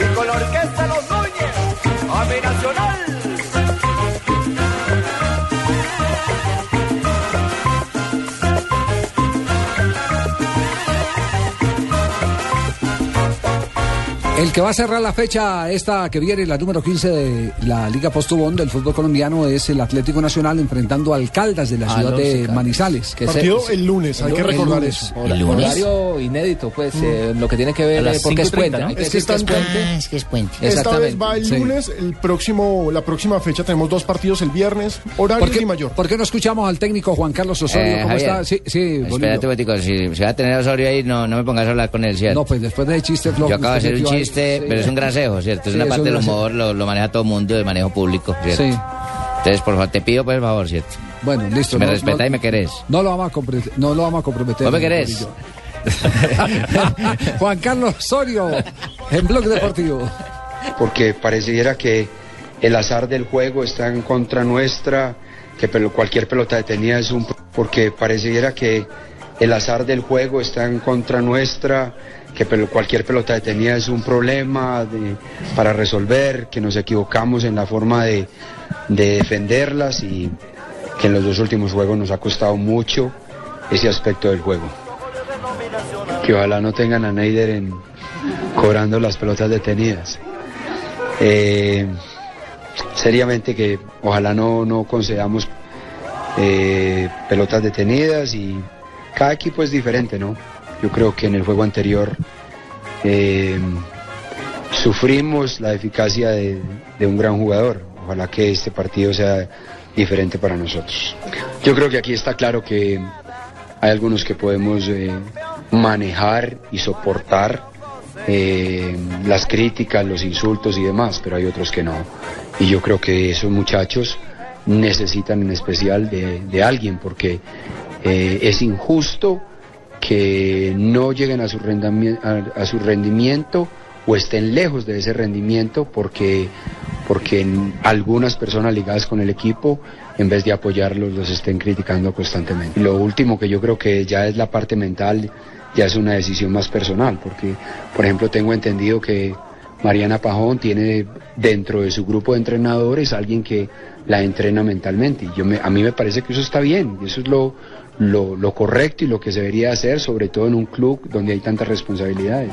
Y con la orquesta Los Núñez, a mi nacional. El que va a cerrar la fecha esta que viene, la número 15 de la Liga Postobón del fútbol colombiano, es el Atlético Nacional enfrentando a Alcaldas de la Al ciudad Once de Caldas. Manizales. Que Partido se- el lunes, hay que recordar eso. El Hora- lunes. Horario inédito, pues, eh, lo que tiene que A ver las eh, porque es 5:30, puente. ¿no? Hay que Es que decir que es están- puente. Ah, es que es puente. Esta vez va el sí. lunes, el próximo, la próxima fecha tenemos dos partidos el viernes, horario ¿Por qué, y mayor. por qué no escuchamos al técnico Juan Carlos Osorio? Eh, ¿Cómo Javier, está? Sí, sí, Bolillo. Espérate un momentico, si, si va a tener a Osorio ahí, no, no me pongas a hablar con él, ¿cierto? No, pues después de ese chiste flojo. Yo acabo de que hacer usted un metió ahí, chiste, sí. pero es un gracejo, ¿cierto? Es Sí, una es parte un del gracejo. humor, lo, lo maneja todo el mundo, de manejo público, ¿cierto? Sí. Entonces, por favor, te pido, por favor, ¿cierto? Bueno, listo. Me respetáis y me querés. No lo vamos a comprometer. No lo vamos a comprometer. ¿No me querés? Bolillo. Juan Carlos Osorio, en Blog Deportivo. porque pareciera que el azar del juego está en contra nuestra, que pelo- cualquier pelota detenida es un... pro- porque pareciera que el azar del juego está en contra nuestra, que pelo- cualquier pelota detenida es un problema de- para resolver, que nos equivocamos en la forma de, de defenderlas y que en los dos últimos juegos nos ha costado mucho ese aspecto del juego. Que ojalá no tengan a Neider en, cobrando las pelotas detenidas. Eh, seriamente que ojalá no, no concedamos eh, pelotas detenidas y cada equipo es diferente, ¿no? Yo creo que en el juego anterior eh, sufrimos la eficacia de, de un gran jugador. Ojalá que este partido sea diferente para nosotros. Yo creo que aquí está claro que hay algunos que podemos eh, manejar y soportar eh, las críticas, los insultos y demás, pero hay otros que no. Y yo creo que esos muchachos necesitan en especial de, de alguien, porque eh, es injusto que no lleguen a su, rendami- a- a su rendimiento o estén lejos de ese rendimiento porque, porque en algunas personas ligadas con el equipo, en vez de apoyarlos, los estén criticando constantemente. Lo último que yo creo que ya es la parte mental, ya es una decisión más personal, porque, por ejemplo, tengo entendido que Mariana Pajón tiene dentro de su grupo de entrenadores alguien que la entrena mentalmente. Y yo me- a mí me parece que eso está bien, y eso es lo, lo, lo correcto y lo que se debería hacer, sobre todo en un club donde hay tantas responsabilidades.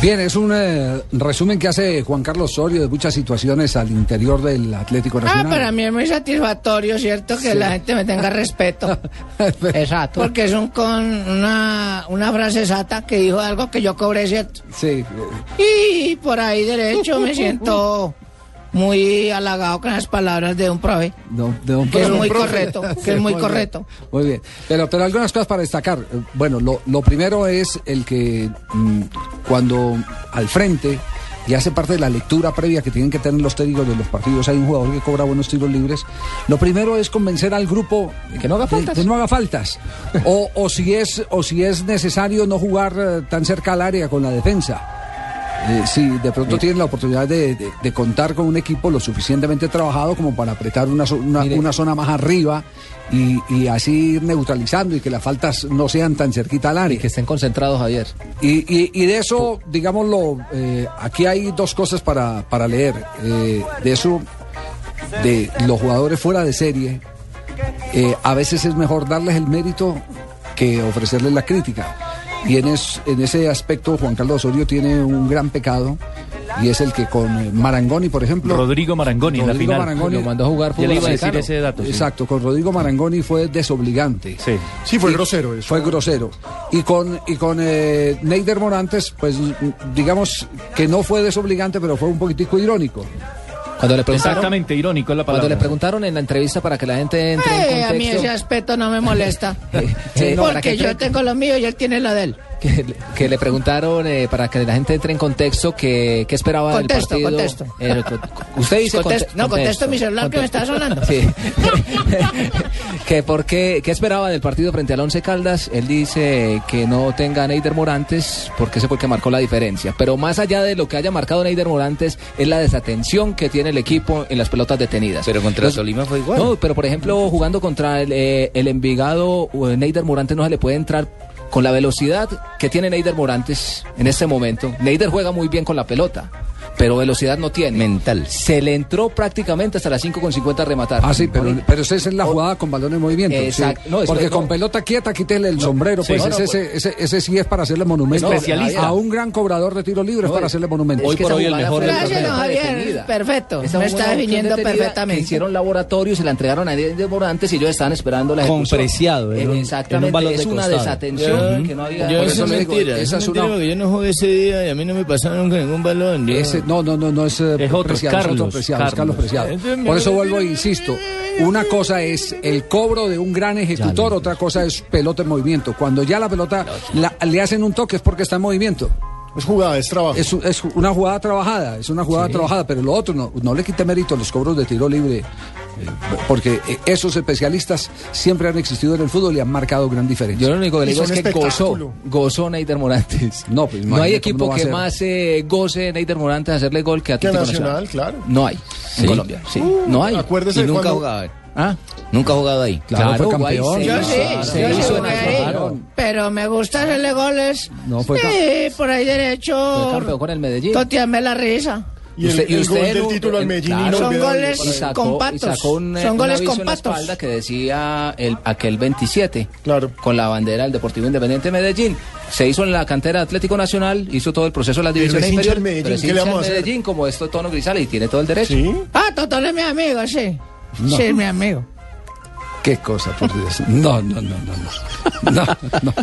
Bien, es un eh, resumen que hace Juan Carlos Osorio de muchas situaciones al interior del Atlético Ah, Nacional. para mí es muy satisfactorio, ¿cierto? Que la gente me tenga respeto. Exacto. Porque es un con una, una frase sata que dijo algo que yo cobré, ¿cierto? Sí, eh, Y por ahí derecho me siento muy halagado con las palabras de un profe. no, de don Que es Pedro. muy correcto, que Sí, es muy bien, correcto. Muy bien. Pero, pero algunas cosas para destacar. Eh, Bueno, lo, lo primero es el que mm, cuando al frente y hace parte de la lectura previa que tienen que tener los técnicos de los partidos, hay un jugador que cobra buenos tiros libres. Lo primero es convencer al grupo de que no haga faltas. no haga faltas. o, o, si es, o si es necesario no jugar eh, tan cerca al área con la defensa. Eh, sí, de pronto tienen la oportunidad de, de- de contar con un equipo lo suficientemente trabajado como para apretar una, zo- una, una zona más arriba y, y así ir neutralizando y que las faltas no sean tan cerquita al área. Que estén concentrados, Javier. Y, y- y de eso, digámoslo, eh, aquí hay dos cosas para, para leer. Eh, de eso, de los jugadores fuera de serie, eh, a veces es mejor darles el mérito que ofrecerles la crítica. Y en, es- en ese aspecto, Juan Carlos Osorio tiene un gran pecado, y es el que con eh, Marangoni, por ejemplo. Rodrigo Marangoni en la Rodrigo final. Marangoni. Lo mandó a jugar Ya fútbol le iba a decir americano. ese dato. sí. Exacto, con Rodrigo Marangoni fue desobligante. Sí. Sí, fue grosero eso. Fue grosero. Y con, y con eh, Neider Morantes, pues digamos que no fue desobligante, pero fue un poquitico irónico. Cuando le preguntaron, Exactamente, irónico es la cuando le palabra. preguntaron en la entrevista para que la gente entre Eh, en a mí contexto. ese aspecto no me molesta. Sí, no, para porque que yo entre- tengo lo mío y él tiene lo de él. que, le- que le preguntaron eh, para que la gente entre en contexto que, que esperaba Contesto, del partido. contesto. Eh, co- usted dice Contesto- conte- no, contesto mi celular que me está sonando. Sí. que por qué, qué esperaba del partido frente al Once Caldas. Él dice que no tenga a Neider Morantes porque ese fue el que marcó la diferencia. Pero más allá de lo que haya marcado Neider Morantes es la desatención que tiene el equipo en las pelotas detenidas. Pero contra Los- Tolima fue igual. no, pero por ejemplo, jugando contra el, eh, el Envigado, eh, Neider Morantes no se le puede entrar con la velocidad que tiene Neider Morantes en este momento. Neider juega muy bien con la pelota, pero velocidad no tiene. Mental. Se le entró prácticamente hasta las 5.50 a rematar. Ah, sí, pero, pero esa es la jugada con balón en movimiento. sí. Exacto. No, es- Porque no. con pelota quieta quítele el sombrero, pues, No, no, ese, ese, ese, ese sí es para hacerle monumento Especialista. a un gran cobrador de tiro libre, es para hacerle monumento. Es que esa jugada fue del Gracias, perfecta, don Javier. detenida. Perfecto. Esa Me jugada está fue definiendo detenida, perfectamente. que Hicieron laboratorio, se la entregaron a Neider Morantes y ellos estaban esperando la ejecución. Eh, Compreciado, en un- en un Exactamente. balón es de una costado. desatención que no había. Yo Por eso eso es le digo, mentira, esa eso es es una- mentira porque yo no jugué ese día y a mí no me pasaron nunca ningún balón. yo- Ah. Ese- no, no, no, no es, eh, Es otro, Preciado, es Carlos, otro Preciado, es Carlos. Carlos Preciado. Por eso vuelvo e insisto. Una cosa es el cobro de un gran ejecutor, otra cosa es pelota en movimiento. Cuando ya la pelota la- le hacen un toque es porque está en movimiento. Es jugada, es trabajo. Es, u- es una jugada trabajada, es una jugada trabajada, pero lo otro no, no le quite mérito a los cobros de tiro libre, eh, porque eh, esos especialistas siempre han existido en el fútbol y han marcado gran diferencia. Yo lo único que le Hizo digo es un que gozó, espectáculo. gozó Neider Morantes. No, pues, no hay imagínate equipo cómo no va que a ser. más eh, goce Neider Morantes hacerle gol que Que Atlético Nacional. Nacional, claro. No hay en Colombia, sí. no hay. Acuérdese y de nunca cuando- jugaba. ¿ah? Nunca jugaba ahí. Claro, fue Guay, campeón. se Yo hizo- sí, yo se sí hizo en jugué ahí, Alfaro. pero me gusta hacerle goles. No, fue ca- Sí, por ahí Fue campeón derecho. con el Medellín. Toteame la risa. Y el, Usted- y el usted gol en del un- título al en- Medellín claro. Son inolvidable goles- para y él. Exacto. sacó, y compactos. sacó un, eh, Son un goles aviso en la compactos. espalda que decía el, aquel 27. Claro. Con la bandera del Deportivo Independiente de Medellín. Se hizo en la cantera de Atlético Nacional, hizo todo el proceso de las Pero divisiones es hincha inferiores. del Medellín, pero es ¿qué hincha le vamos del a hacer? Medellín, como esto tono grisales y tiene todo el derecho. Sí. Ah, Totón es mi amigo, sí. Sí, es mi amigo. Qué cosa, por Dios. No, no, no, no, no. No, no.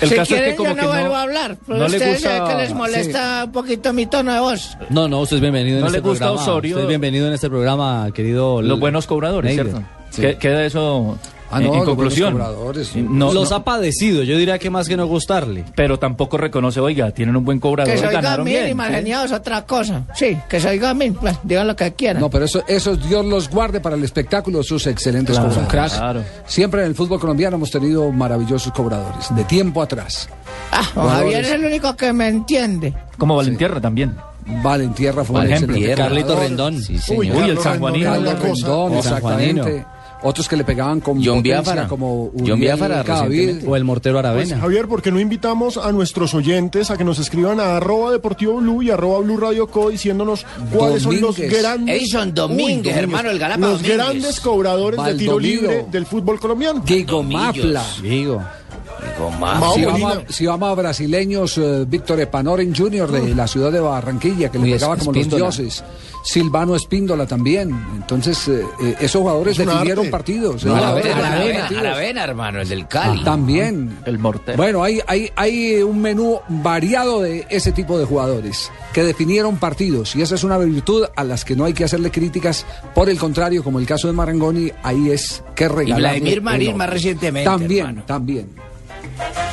El si caso es que quieren, como yo no que no- vuelvo a hablar. Porque no le ustedes gusta- saben que les molesta un poquito mi tono de voz. No, no, usted es bienvenido No en le este gusta programa. Osorio. Usted es bienvenido en este programa, querido. Los buenos cobradores, Neider. ¿cierto? Sí. Que- Queda eso Ah, en, no, en los buenos conclusión. cobradores. No, los no, ha padecido, yo diría que más que no gustarle. pero tampoco reconoce, oiga, tienen un buen cobrador, Que soy ganaron gamín y bien. ¿sí? malgeniado es otra cosa. Sí, que soy gamín. Pues, digan lo que quieran. No, pero eso, eso Dios los guarde para el espectáculo, sus excelentes cobradores. claro. Siempre en el fútbol colombiano hemos tenido maravillosos cobradores, de tiempo atrás. ah, don Javier es el único que me entiende. Como Valentierra también. Valentierra fue Por un ejemplo, excelente Carlito cobrador. Rendón. Sí, Uy, señor. Uy, el Carlos sanjuanino. Rendón era Carlos una cosa. Rendón, O exactamente. Sanjuanino. Otros que le pegaban con John potencia, Biafara. como John Biafara, Cadavid. recientemente. O el mortero Pues, Aravena. Javier, ¿por qué no invitamos a nuestros oyentes a que nos escriban a arroba deportivo blue y arroba blue radio co diciéndonos cuáles son los Domínguez. grandes... Edison Domínguez, hermano, el Galapa Los Domínguez. grandes cobradores de tiro Valdomiro. libre del fútbol colombiano. Diego Mapla. Digo. Digo, ma- Mao Si Molina. Ah, vamos, a, si vamos a brasileños, eh, Víctor Epanoren Jr. de la ciudad de Barranquilla, que le Uy, es- pegaba como los Espíndola. dioses. Silvano Espíndola también. Entonces, eh, eh, esos jugadores Es un definieron arte. partidos. No, esos Aravena, jugadores definieron Aravena, partidos. Aravena, hermano, el del Cali. También. El mortero. Bueno, hay, hay, hay un menú variado de ese tipo de jugadores que definieron partidos y esa es una virtud a las que no hay que hacerle críticas. Por el contrario, como el caso de Marangoni, ahí es que regalar. Vladimir Marín más recientemente, También, hermano. también. este